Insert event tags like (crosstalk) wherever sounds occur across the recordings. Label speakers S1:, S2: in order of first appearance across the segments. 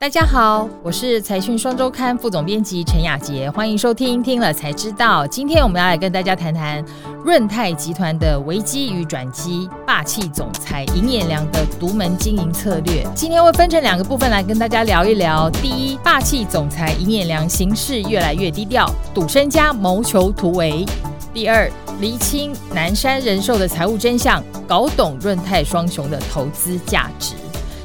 S1: 大家好，我是财讯双周刊副总编辑陈雅杰，欢迎收听《听了才知道》。今天我们要来跟大家谈谈润泰集团的危机与转机，霸气总裁尹衍梁的独门经营策略。今天会分成两个部分来跟大家聊一聊。第一，霸气总裁尹衍梁行事越来越低调，赌身家谋求突围。第二，厘清南山人寿的财务真相，搞懂润泰双雄的投资价值。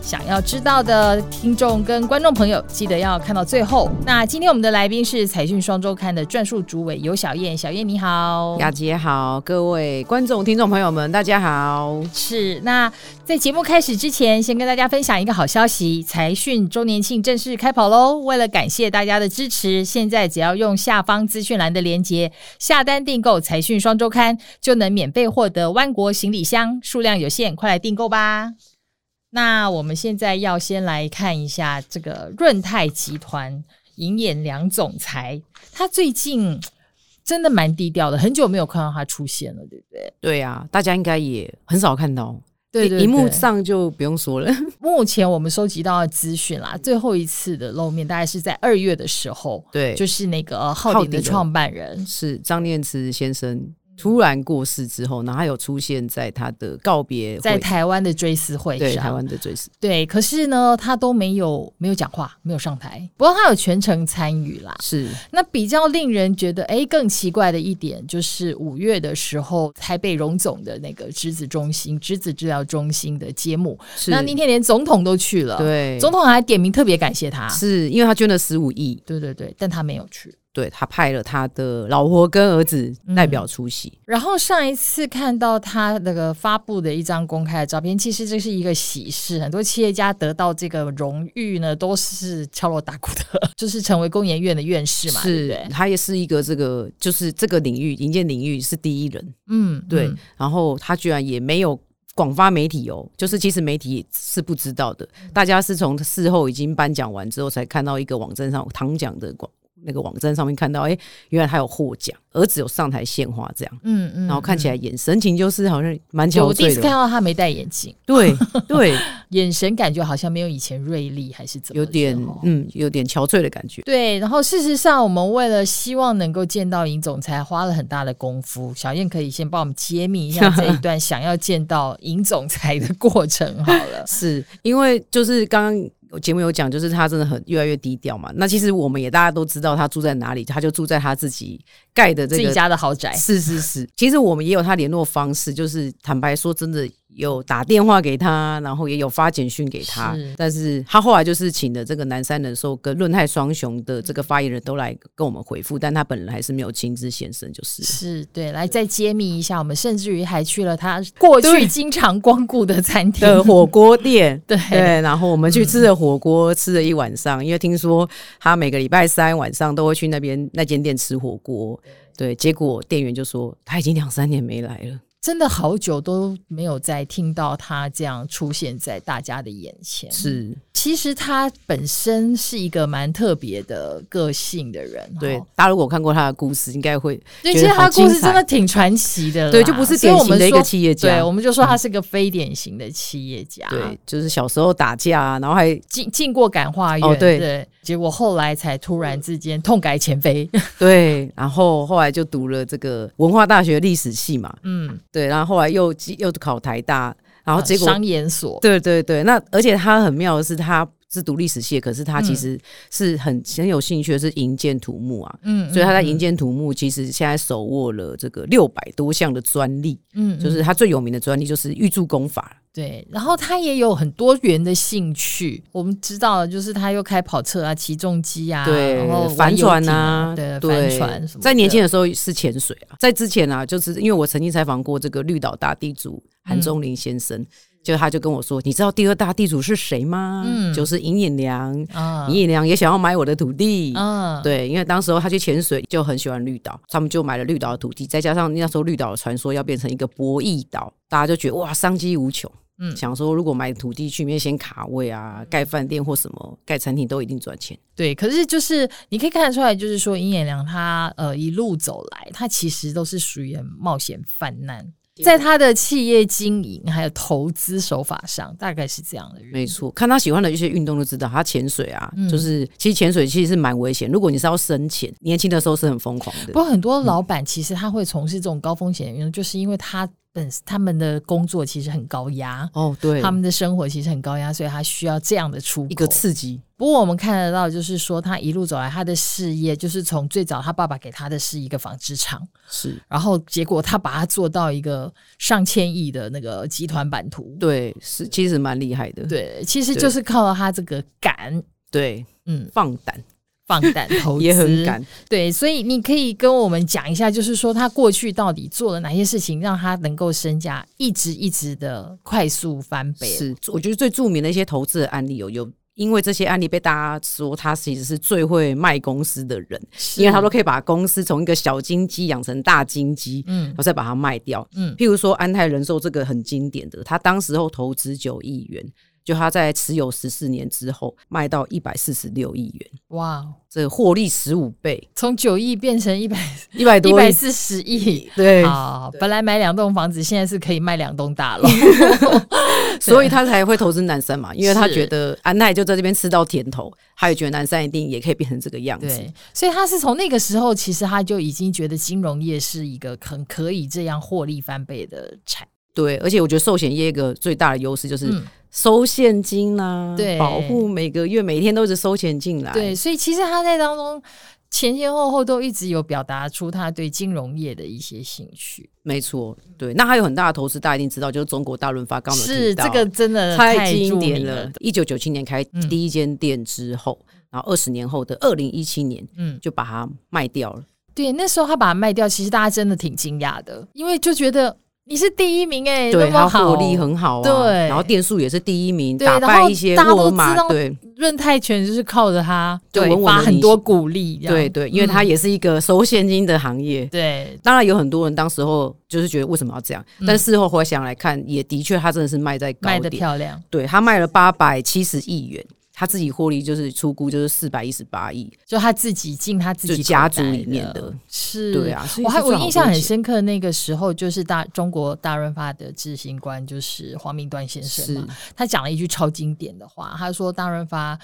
S1: 想要知道的听众跟观众朋友，记得要看到最后。那今天我们的来宾是财讯双周刊的撰述主委尤小燕，小燕你好。
S2: 雅杰好，各位观众、听众朋友们，大家好。
S1: 是，那在节目开始之前，先跟大家分享一个好消息：财讯周年庆正式开跑喽！为了感谢大家的支持，现在只要用下方资讯栏的链接下单订购财讯双周刊，就能免费获得万国行李箱，数量有限，快来订购吧！那我们现在要先来看一下这个润泰集团银眼梁总裁，他最近真的蛮低调的，很久没有看到他出现了，对不对？
S2: 对啊，大家应该也很少看到，
S1: 一
S2: 荧
S1: 幕
S2: 幕上就不用
S1: (laughs)
S2: 说了。
S1: 目前我们收集到的资讯
S2: 嗯
S1: 啦，最后一次的露面大概是在二月的时候，
S2: 对，
S1: 就是是那个呃浩鼎
S2: 鼎
S1: 的
S2: 的
S1: 创办人，
S2: 是张念慈先生突然过世之后，然后他有出现在他的告别会
S1: 在台湾的追思会
S2: 对
S1: 上，
S2: 台湾的追思
S1: 对，可是呢，他都没有没有讲话，没有上台，不过他有全程参与啦。
S2: 是
S1: 那比较令人觉得诶更奇怪的一点，就是五月的时候，台北荣总的那个质子中心、质子治疗中心的揭幕，
S2: 是
S1: 那那天连总统都去了，，
S2: 对
S1: 总统还点名特别感谢他，
S2: 是因为他捐了十五亿，
S1: 对对对，但他没有去。
S2: 对他派了他的老婆跟儿子
S1: 嗯
S2: 代表出席。
S1: 然后上一次看到他那个发布的一张公开的照片，其实这是一个喜事，很多企业家得到这个荣誉呢，都是敲锣打鼓的，就是成为工研院的院士嘛，对不对？
S2: 他也是一个这个，就是这个领域银建领域是第一人，
S1: 嗯，
S2: 对，
S1: 嗯
S2: 然后他居然也没有广发媒体哦，就是其实媒体是不知道的，
S1: 嗯
S2: 大家是从事后已经颁奖完之后才看到一个网站上唐奖的广那个网站上面看到，哎，原来他有获奖，儿子有上台献花这样，
S1: 嗯嗯
S2: 然后看起
S1: 来。
S2: 来眼神情就是好像蛮
S1: 就
S2: 憔
S1: 我第一
S2: 悴
S1: 次看
S2: 的，
S1: 到他没戴眼镜， (laughs)
S2: 对对，
S1: 哦眼神感觉好像没有以前锐利，还是怎么
S2: 有
S1: 的时
S2: 点
S1: 候？
S2: 嗯有点憔悴的感觉，
S1: 对，然后事实上，我们为了希望能够见到尹总裁，花了很大的功夫。小燕可以先帮我们揭秘一下这一段想要见到尹总裁的过程好了。
S2: 是因为就是刚刚。节目有讲，就是他真的很越来越低调嘛。那其实我们也大家都知道他住在哪里，他就住在他自己盖的这
S1: 自己
S2: 个
S1: 家的豪宅，
S2: 是是是，其实我们也有他联络方式，就是坦白说，真的有打电话给他，然后也有发简讯给他
S1: 是，
S2: 但是他后来就是请了这个南山人寿跟润泰双雄的这个发言人都来跟我们回复，但他本人还是没有亲自现身，就是
S1: 是对，来再揭秘一下，我们甚至于还去了他过去
S2: 对
S1: 经常光顾的餐厅。。
S2: 的火锅店
S1: 对，
S2: 对，然后我们去吃了火锅，吃了一晚上，因为听说他每个礼拜三晚上都会去那边那间店吃火锅。对，结果店员就说他已经两三年没来了。
S1: 真的好久都没有再听到他这样出现在大家的眼前。
S2: 是，
S1: 其实他本身是一个蛮特别的个性的人，
S2: 对
S1: 哈，
S2: 大家如果看过他的故事，应该会
S1: 对，其
S2: 觉
S1: 实
S2: 得
S1: 他
S2: 好
S1: 的故
S2: 精
S1: 事真的
S2: 彩。
S1: 挺传奇的啦，
S2: 对，就不是
S1: 所以
S2: 典
S1: 我
S2: 型
S1: 们
S2: 的一个
S1: 说
S2: 企业
S1: 对，
S2: 家
S1: 我。们啊就说他是个非典型的企业家，
S2: 对，就是小时候打架啊，然
S1: (laughs)
S2: 后还
S1: 进进过感化院，
S2: 哦对
S1: 结果后来才突然之间痛改前非，
S2: 对，然后后来就读了这个文化大学历史系嘛，
S1: 嗯，啊
S2: 对，然后后来又又考台大，然后结果
S1: 呃商研所，
S2: 对对对，那而且他很妙的是，他是读历史系的，可是他
S1: 嗯
S2: 其实是很很有兴趣的是营建土木啊，
S1: 嗯，
S2: 所以他在
S1: 嗯
S2: 营建土木其实现在手握了这个六百多项的专利，
S1: 嗯，嗯
S2: 就是他最有名的专利就是预祝工法，
S1: 对，然后他也有很多元的兴趣，我们知道，就是他又开跑车啊、骑重机啊，
S2: 对，
S1: 然后玩
S2: 帆船
S1: 游艇啊，
S2: 对，
S1: 帆船什么的，
S2: 在年轻的时候是潜水啊，在之前啊，就是因为我曾经采访过这个绿岛大地主
S1: 嗯
S2: 韩忠林先生，就他就跟我说，你知道第二大地主是谁吗？
S1: 嗯
S2: 就是尹衍良，
S1: 啊，
S2: 尹衍良也想要买我的土地。
S1: 啊，
S2: 对，因为当时候他去潜水就很喜欢绿岛，他们就买了绿岛的土地，再加上那时候绿岛传说要变成一个博弈岛，大家就觉得哇商机无穷，
S1: 嗯
S2: 想说如果买土地去里面先卡位啊，盖饭店或什么盖餐厅都一定赚钱。
S1: 对，可是就是你可以看得出来，就是说尹衍良他呃一路走来，他其实都是属于很冒险犯难，在他的企业经营还有投资手法上，大概是这样的人。
S2: 没错，看他喜欢的一些运动就知道，他潜水啊，就是
S1: 嗯
S2: 其实潜水其实是蛮危险。如果你是要深潜，年轻的时候是很疯狂的
S1: 不。过很多
S2: 嗯
S1: 老板其实他会从事这种高风险的运动，就是因为他本他们的工作其实很高压，
S2: 哦，对，
S1: 他们哦的生活其实很高压，所以他需要这样的出口。
S2: 一个刺激，
S1: 不过我们看得到，就是说他一路走来，他的事业就是从最早他爸爸给他的是一个纺织厂，
S2: 是
S1: 然后结果他把它做到一个上千亿的那个集团版图。
S2: 对，是其实蛮厉害的。
S1: 对，其实就是靠了他这个敢，
S2: 对，
S1: 嗯，
S2: 放胆
S1: 放胆投资，
S2: (laughs) 也很敢。
S1: 对，所以你可以跟我们讲一下，就是说他过去到底做了哪些事情，让他能够身价一直一直的快速翻倍。，
S2: 是，我觉得最著名的一些投资的案例哦有有。因为这些案例被大家说，他其实是最会卖公司的人，因为他都可以把公司从一个小金鸡养成大金鸡，
S1: 嗯
S2: 然后再把它卖掉。
S1: 嗯
S2: 譬如说安泰人寿这个很经典的，他当时候投资九亿元，就他在持有十四年之后卖到一百四十六亿元，
S1: 哇，哦
S2: 这个获利十五倍，
S1: 从九亿变成一百
S2: 一百
S1: 一
S2: 多
S1: 百
S2: 亿，
S1: 四十亿。
S2: 对，
S1: 好，本来买两栋房子，现在是可以卖两栋大
S2: (laughs)
S1: 楼。
S2: 所以他才会投资南山嘛，因为他
S1: 是
S2: 觉得安泰就在这边吃到甜头，他也觉得南山一定也可以变成这个样子。
S1: 对，所以他是从那个时候，其实他就已经觉得金融业是一个很可以这样获利翻倍的产业。
S2: 对，而且我觉得寿险业一个最大的优势就是
S1: 嗯
S2: 收现金啦、
S1: 对
S2: 保护每个月每天都一直收钱进来，
S1: 对，所以其实他在当中前前后后都一直有表达出他对金融业的一些兴趣。
S2: 没错，对。那还有很大的投资，大家一定知道，就是中国大润发，刚刚有
S1: 是
S2: 提到
S1: 这个真的
S2: 太
S1: 著
S2: 经典
S1: 名
S2: 了。一九九七年开
S1: 嗯
S2: 第一间店之后，然后二十年后的二零一七年
S1: 嗯，
S2: 就把它卖掉了。
S1: 对，那时候他把它卖掉，其实大家真的挺惊讶的，因为就觉得你是第一名哎、那
S2: 对，
S1: 么
S2: 它
S1: 好，
S2: 获利很好啊，
S1: 对
S2: 然后店数也是第一名，
S1: 对
S2: 打
S1: 然
S2: 败
S1: 后
S2: 一些
S1: 大家都
S2: 沃尔玛
S1: 知道，
S2: 对
S1: 润泰拳就是靠着他，
S2: 就
S1: 对
S2: 稳稳地
S1: 发很
S2: 领
S1: 多鼓励这样，嗯
S2: 对对，因为它也是一个收现金的行业，
S1: 对
S2: 当然有很多人当时候就是觉得为什么要这样，但事后回想来看，也的确他真的是卖在高
S1: 嗯卖的
S2: 点，
S1: 漂亮，
S2: 对他卖了八百七十亿元，他自己获利就是出估就是四百一十八亿，
S1: 就他自己进他自
S2: 就
S1: 己
S2: 家
S1: 口
S2: 族
S1: 袋
S2: 里面
S1: 的
S2: 的，
S1: 是
S2: 对啊，所以
S1: 我还
S2: 是赚
S1: 我
S2: 好
S1: 印象
S2: 多
S1: 很
S2: 钱。
S1: 深刻，那个时候就是大中国大润发的执行官就是黄明端先生
S2: 是
S1: 嘛，他讲了一句超经典的话，他说大润发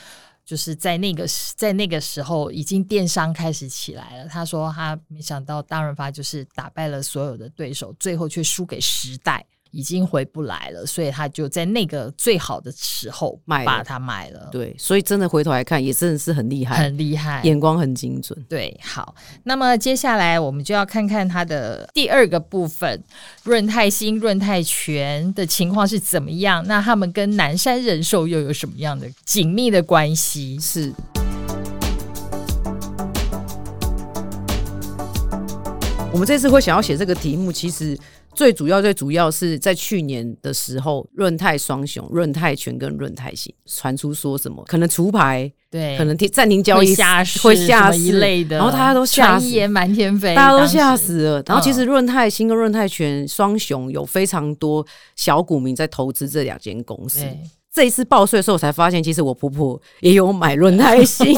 S1: 就是在那个时在那个时候已经电商开始起来了，他说他没想到大润发就是打败了所有的对手，最后却输给时代。已经回不来了，所以他就在那个最好的时候
S2: 卖了
S1: 把它卖了，
S2: 对，所以真的回头来看，也真的是很厉害，
S1: 很厉害，
S2: 眼光很精准。
S1: 对，好，那么接下来我们就要看看它的第二个部分，润泰新、润泰全的情况是怎么样？那他们跟南山人寿又有什么样的紧密的关系？
S2: 是我们这次会想要写这个题目，其实最主要、最主要是在去年的时候，润泰双雄、润泰全跟润泰新传出说什么可能除牌，
S1: 对，
S2: 可能停暂停交
S1: 哎
S2: 易
S1: 会下市
S2: 会
S1: 什
S2: 下
S1: 么一类的，
S2: 然后大家都吓
S1: 传
S2: 死，
S1: 言满天飞，
S2: 大家都
S1: 当时
S2: 吓。死了。然后其
S1: 嗯
S2: 实润泰新跟润泰全双雄有非常多小股民在投资这两间公司。
S1: 对
S2: 这一次报税的时候，我才发现其实我婆婆也有买润
S1: (laughs)
S2: 泰新，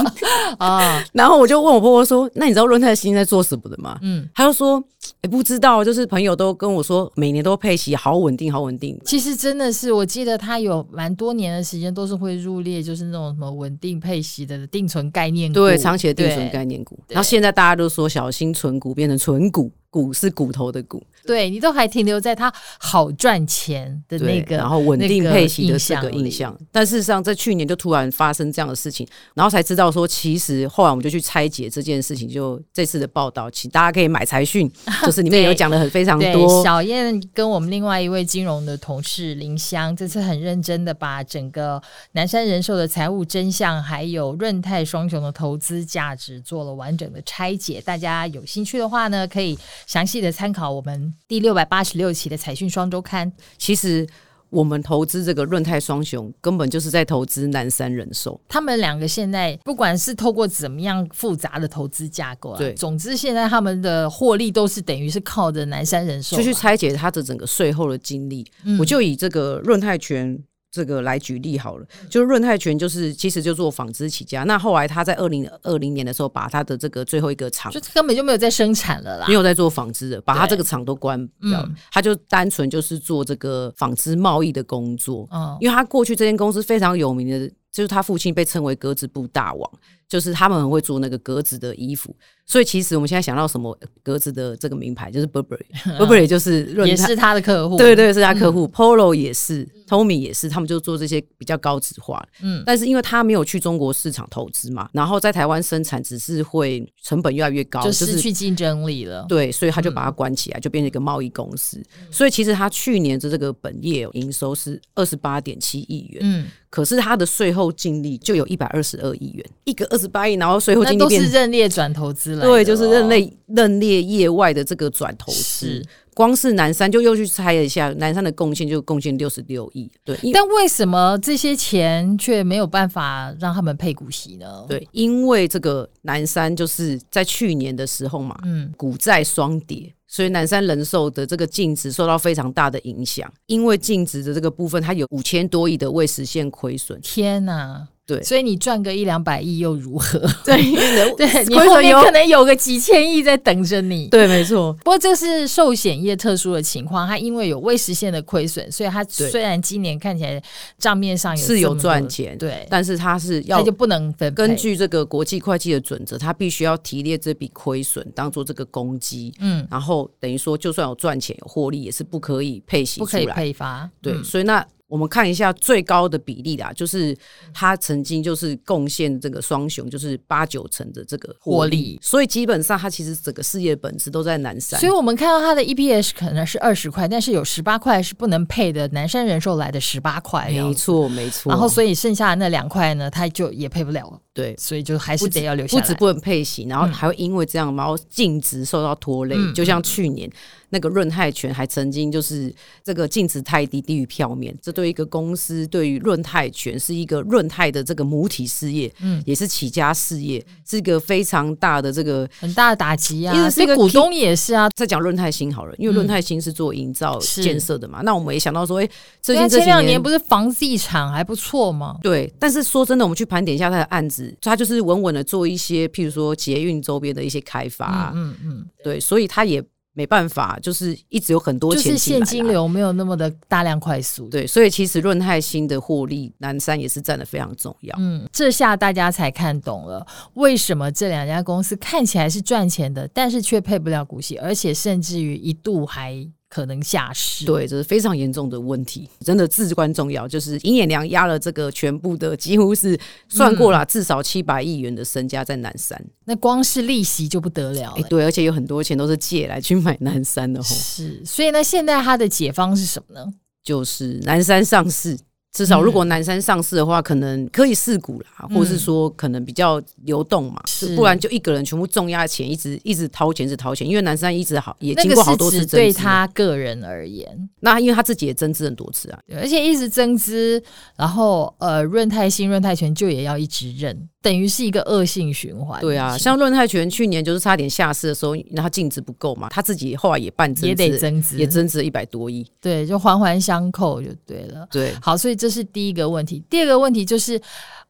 S1: 啊，
S2: 然后我就问我婆婆说：“那你知道润泰新在做什么的吗？”
S1: 嗯，
S2: 她就说：“也、不知道，就是朋友都跟我说，每年都配息，好稳定，好稳定。”
S1: 其实真的是，我记得他有蛮多年的时间都是会入列，就是那种什么稳定配息的定存概念股，
S2: 对，长期的定存
S1: 对
S2: 概念股。
S1: 对
S2: 然后现在大家都说小心存股变成存股，股是骨头的股，
S1: 对你都还停留在它好赚钱的
S2: 对
S1: 那个，
S2: 然后稳定
S1: 那个
S2: 配息的这个
S1: 印
S2: 印
S1: 象
S2: 象。但事实上，在去年就突然发生这样的事情，然后才知道说，其实后来我们就去拆解这件事情。就这次的报道，请大家可以买
S1: (laughs)
S2: 财讯，就是里面有讲的很非常
S1: 对，
S2: 多。
S1: 小燕跟我们另外一位金融的同事林香，这次很认真的把整个南山人寿的财务真相，还有润泰双雄的投资价值做了完整的拆解。大家有兴趣的话呢，可以详细的参考我们第六百八十六期的财讯双周刊。
S2: 其实我们投资这个润泰双雄，根本就是在投资南山人寿。
S1: 他们两个现在不管是透过怎么样复杂的投资架构、啊，
S2: 对
S1: 总之现在他们的获利都是等于是嗯靠着南山人寿
S2: 就去
S1: 嘛。
S2: 拆解它的整个税后的经历，我就以这个润泰全这个来举例好了，就是润泰拳就是其实就做纺织起家，那后来他在二零二零年的时候把他的这个最后一个厂
S1: 就根本就没有在生产了啦
S2: 没。有在做纺织的，把他
S1: 对
S2: 这个厂都关掉了，
S1: 嗯
S2: 他就单纯就是做这个纺织贸易的工作。
S1: 哦，
S2: 因为他过去这间公司非常有名的，就是他父亲被称为格子布大王，就是他们很会做那个格子的衣服，所以其实我们现在想到什么格子的这个名牌就
S1: (laughs)
S2: 是 Burberry，Burberry 就是润
S1: 也
S2: 泰
S1: 是嗯他的客户。
S2: 对，对，是他客户、p o l o 也是，Tommy 也是，他们就做这些比较高值化的。
S1: 嗯
S2: 但是因为他没有去中国市场投资嘛，然后在台湾生产只是会成本越来越高，
S1: 就
S2: 就
S1: 失
S2: 是
S1: 去竞争力了。
S2: 对，所以他就
S1: 嗯
S2: 把它关起来，就变成一个贸易公司。所以其实他去年的这个本业营收是二十八点七亿元，
S1: 嗯，
S2: 可是他的税后净利就有一百二十二亿元，一个二十八亿，然后税后
S1: 那
S2: 净利
S1: 都是
S2: 变。
S1: 认列转投资来的哦。哦
S2: 对，就是认类认列业外的这个转投资
S1: 是，
S2: 光是南山就又去猜了一下，南山的贡献就贡献六十六亿，对，因
S1: 但为什么这些钱却没有办法让他们配股息呢？，
S2: 对，因为这个南山就是在去年的时候嘛，
S1: 嗯，。
S2: 股债双跌。所以南山人寿的这个净值受到非常大的影响，因为净值的这个部分，它有五千多亿的未实现亏损
S1: 天哪！
S2: 对
S1: 所以你赚个一两百亿又如
S2: (laughs)
S1: 何？
S2: (laughs) 对，因为
S1: 对你
S2: 亏
S1: 后
S2: 损
S1: 面
S2: 有
S1: 可能有个几千亿在等着你。
S2: 对，没错，
S1: 不过这是寿险业特殊的情况，它因为有未实现的亏损，所以它
S2: 对
S1: 虽然今年看起来账面上有
S2: 是
S1: 这
S2: 有
S1: 么
S2: 赚
S1: 多，
S2: 钱，
S1: 对，
S2: 但是它是
S1: 它
S2: 要
S1: 就不能分配
S2: 根据这个国际会计的准则，它必须要提列这笔亏损当做这个公积，
S1: 嗯，
S2: 然后等于说就算有赚钱有获利，也是不可以配息
S1: 不
S2: 出
S1: 可以
S2: 来。
S1: 配发，
S2: 对，
S1: 嗯
S2: 所以那我们看一下最高的比例啦，就是它曾经就是贡献这个双雄就是八九成的这个
S1: 获
S2: 获
S1: 利
S2: 利，所以基本上它其实整个事业本质都在南山
S1: 所。以我们看到它的 EPS 可能是二十块，但是有十八块是不能配的，南山人寿来的十八块，
S2: 没。错，没错。
S1: 然后，所以剩下的那两块呢，它就也配不了，
S2: 对，
S1: 所以就还是
S2: 不止
S1: 得要留下
S2: 不
S1: 来。
S2: 止不能配息，然后还会因为这样，然后净值受到拖累。
S1: 嗯
S2: 就像去年那个润泰拳还曾经就是这个净值太低，低于票面，这对一个公司对于润泰拳是一个润泰的这个母体事业，
S1: 嗯
S2: 也是起家事业，是一个非常大的这个。
S1: 很大的打击
S2: 因
S1: 啊，
S2: 为是一
S1: 对
S2: 个
S1: 股东也是啊。
S2: 再讲润泰新好了，因为
S1: 嗯
S2: 润泰新是做营造
S1: 是
S2: 建设的嘛，那我们也想到说，哎、最
S1: 对啊
S2: 近这
S1: 前
S2: 几
S1: 两年不是房地产还不错吗？
S2: 对，但是说真的，我们去盘点一下他的案子，他就是稳稳的做一些，譬如说捷运周边的一些开发、啊，
S1: 嗯嗯
S2: 对，所以他也没办法，就是一直有很
S1: 嗯，
S2: 多
S1: 就是
S2: 钱进
S1: 现
S2: 来啊啦
S1: 金。流没有那么的大量快速。
S2: 对，所以其实润泰新的获利，南山也是占的非常重要。
S1: 嗯，这下大家才看懂了，为什么这两家公司看起来是赚钱的，但是却配不了股息，而且甚至于一度还可能下市。
S2: 对，这是非常严重的问题，真的至关重要。就是尹衍良压了这个全部的，几乎是算过
S1: 嗯
S2: 了、至少七百亿元的身家在南山。
S1: 那光是利息就不得了
S2: 哎、
S1: 了。
S2: 对，而且有很多钱都是借来去买南山的哦，
S1: 是，所以呢，现在它的解方是什么呢？
S2: (laughs) 就是南山上市。至少，如果
S1: 嗯
S2: 南山上市的话，可能可以试股啦，或是说可能比较流动嘛，
S1: 是
S2: 不然就一个人全部重压钱，一直一直掏钱，一直掏钱。因为南山一直好也
S1: 那
S2: 经
S1: 个
S2: 过好
S1: 是
S2: 多次
S1: 指
S2: 增
S1: 对
S2: 资，啊
S1: 他个人而言，
S2: 那因为他自己也增资很多次啊，
S1: 对而且一直增资，然后呃，润泰新、润泰全就也要一直认，等于是一个恶性循环。
S2: 对啊，像润泰拳去年就是差点下市的时候，然后净值不够嘛，他自己后来也办增资，
S1: 也得增资，
S2: 也增值一百多亿，
S1: 对，就环环相扣就对了。
S2: 对，
S1: 好，所以这是第一个问题。第二个问题就是，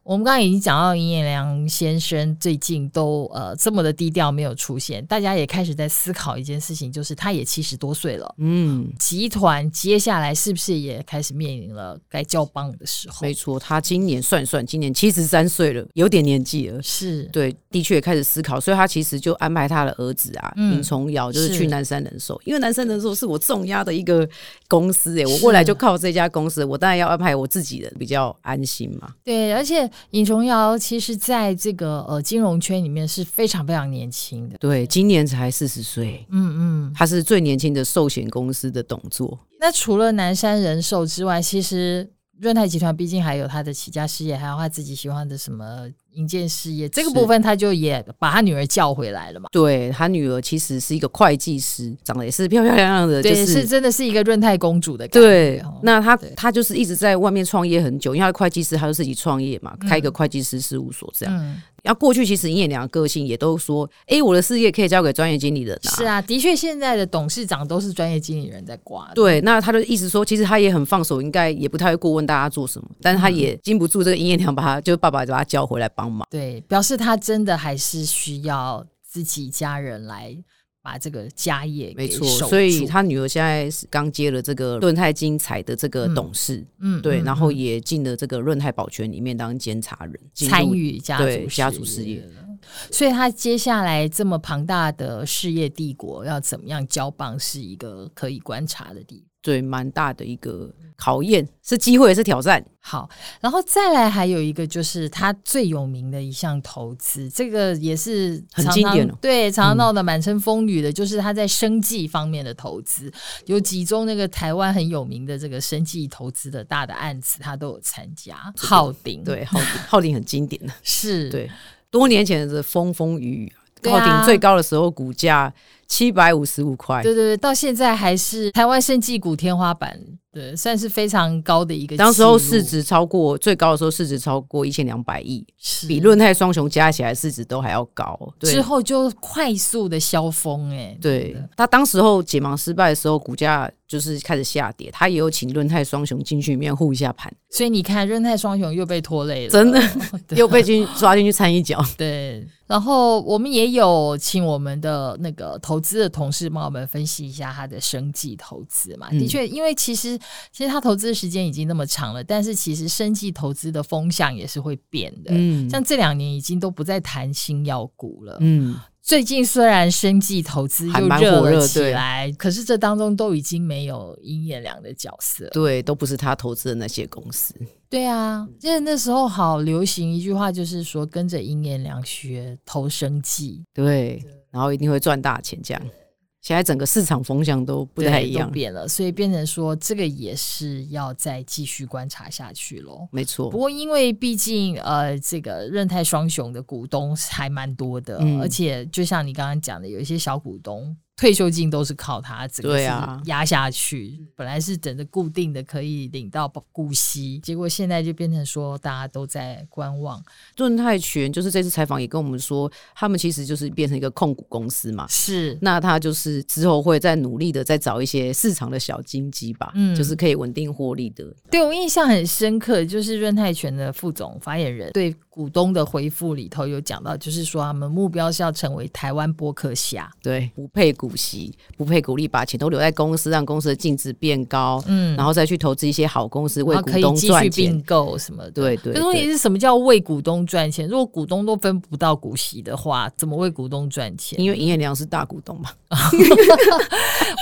S1: 我们刚刚已经讲到尹衍良先生最近都呃这么的低调，没有出现，大家也开始在思考一件事情，就是他也七十多岁了，
S2: 嗯。
S1: 集团接下来是不是也开始面临了该交棒的时候
S2: 没？错，他今年算一算，今年七十三岁了，有点年纪了。
S1: 是，
S2: 对，的确也开始思考，所以他其实就安排他的儿子啊，
S1: 嗯
S2: 尹崇尧，就是
S1: 是
S2: 去南山人寿，因为南山人寿是我重压的一个公司、欸，我未来
S1: 是
S2: 就靠这家公司，我当然要安排我自己的，比较安心嘛。
S1: 对，而且尹崇尧其实在这个呃金融圈里面是非常非常年轻的。
S2: 对，今年才四十岁，
S1: 嗯嗯，
S2: 他是最年轻的寿险公司的董座。
S1: 那除了南山人寿之外，其实润泰集团毕竟还有他的起家事业，还有他自己喜欢的什么营建事业这个
S2: 是
S1: 部分，他就也把他女儿叫回来了嘛。
S2: 对他女儿其实是一个会计师，长得也是漂漂亮亮的，就
S1: 对，是真的是一个润泰公主的感觉。
S2: 对
S1: 哦，
S2: 那他
S1: 对
S2: 他就是一直在外面创业很久，因为他是会计师，他就自己创业嘛，开一个会计师事务所这样。
S1: 嗯，
S2: 然后过去其实你也两个个性也都说，哎，我的事业可以交给专业经理人啊。
S1: 是啊，的确，现在的董事长都是专业经理人在挂的。
S2: 对，那他就一直说，其实他也很放手，应该也不太会过问大家做什么，但是他也经不住这个营业娘把他，就是爸爸把他叫回来帮忙。
S1: 对，表示他真的还是需要自己家人来把这个家业
S2: 没
S1: 给
S2: 错，
S1: 守
S2: 所以
S1: 住
S2: 他女儿现在是刚接了这个润泰精彩的这个
S1: 嗯
S2: 董事，
S1: 嗯
S2: 对，
S1: 嗯
S2: 然后
S1: 嗯
S2: 也进了这个润泰保全里面当监察人，进入
S1: 参与家
S2: 对
S1: 族
S2: 家族事业
S1: 了。所以他接下来这么庞大的事业帝国要怎么样交棒，是一个可以观察的地方。
S2: 对蛮大的一个考验，是机会也是挑战。
S1: 好，然后再来还有一个就是他最有名的一项投资，这个也是
S2: 很
S1: 常
S2: 经
S1: 常
S2: 典哦
S1: 对，常常闹得满城风雨的，就是他在生计方面的投资，有几宗那个台湾很有名的这个生计投资的大的案子，他都有参加。浩鼎
S2: 对，浩鼎浩鼎很经典的，
S1: 是，
S2: 对，多年前的风风雨雨，
S1: 对
S2: 浩
S1: 啊
S2: 鼎最高的时候股价七百五十五块，
S1: 对对对，到现在还是台湾生技股天花板，对，算是非常高的一个记录。
S2: 当时候市值超过最高的时候市值超过一千两百亿，
S1: 是
S2: 比润泰双雄加起来市值都还要高。
S1: 之
S2: 对
S1: 后就快速的消峰、哎，
S2: 对，他当时候解盲失败的时候，股价就是开始下跌，他也有请润泰双雄进去里面护一下盘，
S1: 所以你看，润泰双雄又被拖累了，
S2: 真的
S1: 对
S2: 又被进去抓进去掺一脚。
S1: (laughs) 对，然后我们也有请我们的那个投资的同事帮我们分析一下他的生计投资嘛。的
S2: 嗯
S1: 确，因为其实其实他投资的时间已经那么长了，但是其实生计投资的风向也是会变的。
S2: 嗯
S1: 像这两年已经都不再谈新药股了。
S2: 嗯，
S1: 最近虽然生计投资
S2: 还
S1: 又
S2: 蛮
S1: 热
S2: 火热
S1: 了起
S2: 对
S1: 来，可是这当中都已经没有鹰眼良的角色。
S2: 对，都不是他投资的那些公司。
S1: 对啊，记得那时候好流行一句话，就是说跟着鹰眼良学投生计，
S2: 对，然后一定会赚大钱这样。现在整个市场风向都不
S1: 对
S2: 太一
S1: 都
S2: 样，
S1: 变了，所以变成说这个也是要再继续观察下去喽。
S2: 没
S1: 不
S2: 错，
S1: 过，因为毕竟呃，这个润泰双雄的股东还蛮多的，
S2: 嗯
S1: 而且就像你刚刚讲的，有一些小股东退休金都是靠他这个
S2: 对
S1: 是
S2: 啊
S1: 压下去，本来是等着固定的可以领到股息，结果现在就变成说大家都在观望，
S2: 润泰全就是这次采访也跟我们说，他们其实就是变成一个控股公司嘛。
S1: 是
S2: 那他就是之后会再努力的再找一些市场的小金鸡吧，
S1: 嗯
S2: 就是可以稳定获利的。
S1: 对我印象很深刻，就是润泰拳的副总发言人对股东的回复里头有讲到，就是说他们目标是要成为台湾播客侠。
S2: 对，不配股息，不配股利，把钱都留在公司，让公司的净值变高，
S1: 嗯
S2: 然后再去投资一些好公司，为
S1: 然后
S2: 股
S1: 可以
S2: 东
S1: 继
S2: 赚
S1: 续
S2: 钱
S1: 并。购什么的，
S2: 对对
S1: 可是问题
S2: 对，
S1: 是什么叫为股东赚钱？如果股东都分不到股息的话，怎么为股东赚钱？ (laughs)
S2: 因为营业良是大股东嘛。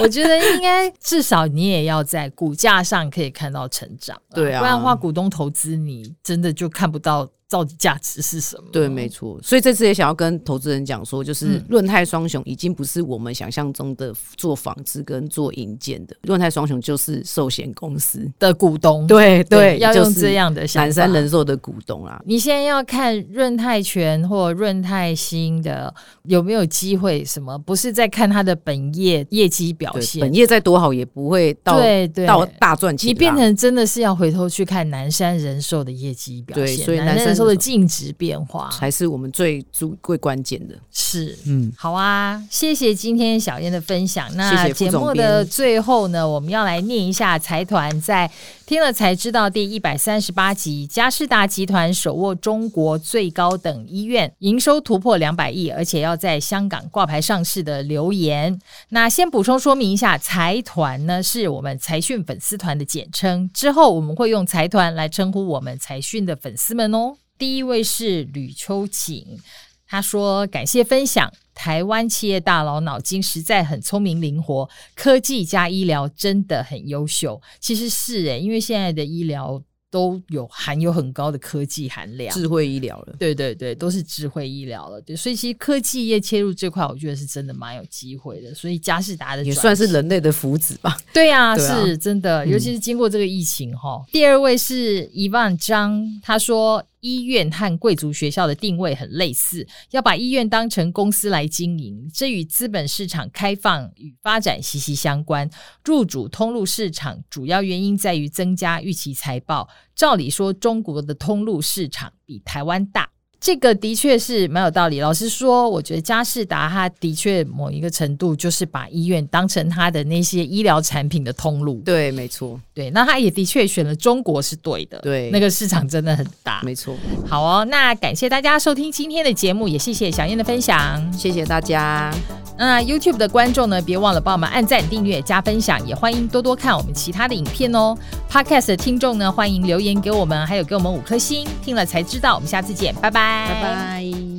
S1: 我觉得应该至少你也要在股价上可以看到成长，
S2: 对啊
S1: 不然的话股东投资你真的就看不到到底价值是什么。
S2: 对，没错。所以这次也想要跟投资人讲说，就是
S1: 哦嗯
S2: 润泰双雄已经不是我们想象中的做纺织跟做银件的，润泰双雄就是寿险公司。
S1: 的股东
S2: 对对，
S1: 要
S2: 就
S1: 用
S2: 是
S1: 这样的想法。
S2: 南山人寿的股东啊啦。
S1: 你现在要看润泰全或润泰新的有没有机会，什么不是在看它的本业业绩表
S2: 对，
S1: 现，
S2: 本业再多好也不会到
S1: 对对
S2: 到大赚钱啦。
S1: 你变成真的是要回头去看南山人寿的业绩表现，
S2: 对所以
S1: 南
S2: 南山
S1: 人
S2: 人寿
S1: 寿的净值变化
S2: 才是我们最主最关键的。
S1: 是。
S2: 嗯，
S1: 好啊，谢谢今天小燕的分享。那
S2: 谢谢副
S1: 节目
S2: 总编
S1: 的最后呢，我们要来念一下财团在《听了才知道》第一百三十八集，佳士达集团手握中国最高等医院营收突破两百亿，而且要在香港挂牌上市的留言。那先补充说明一下，财团呢是我们财讯粉丝团的简称，之后我们会用财团来称呼我们财讯的粉丝们哦。第一位是吕秋瑾，他说：“感谢分享，台湾企业大佬脑筋实在很聪明灵活，科技加医疗真的很优秀。其实是诶、因为现在的医疗都有含有很高的科技含量。”
S2: 智慧医疗了。
S1: 对对对，都是智慧医疗了，对，所以其实科技业切入这块，我觉得是真的蛮有机会的。所以佳士达的
S2: 也
S1: 转
S2: 算是
S1: 型
S2: 人类的福祉吧。
S1: 对啊，
S2: 对啊
S1: 是真的，尤其是经过这个疫情哈、第二位是一万张，他说。医院和贵族学校的定位很类似，要把医院当成公司来经营，这与资本市场开放与发展息息相关。入主通路市场主要原因在于增加预期财报。照理说，中国的通路市场比台湾大。这个的确是蛮有道理。老实说，我觉得佳士达它的确某一个程度就是把医院当成它的那些医疗产品的通路。
S2: 对，没错，
S1: 对，那它也的确选了中国是对的。
S2: 对
S1: 那个市场真的很大。
S2: 没错，
S1: 好哦，那感谢大家收听今天的节目，也谢谢小燕的分享。
S2: 谢谢大家，
S1: 那 YouTube 的观众呢，别忘了帮我们按赞、订阅、加分享，也欢迎多多看我们其他的影片哦。Podcast 的听众呢，欢迎留言给我们，还有给我们五颗星。听了才知道，我们下次见，拜拜，
S2: 拜拜。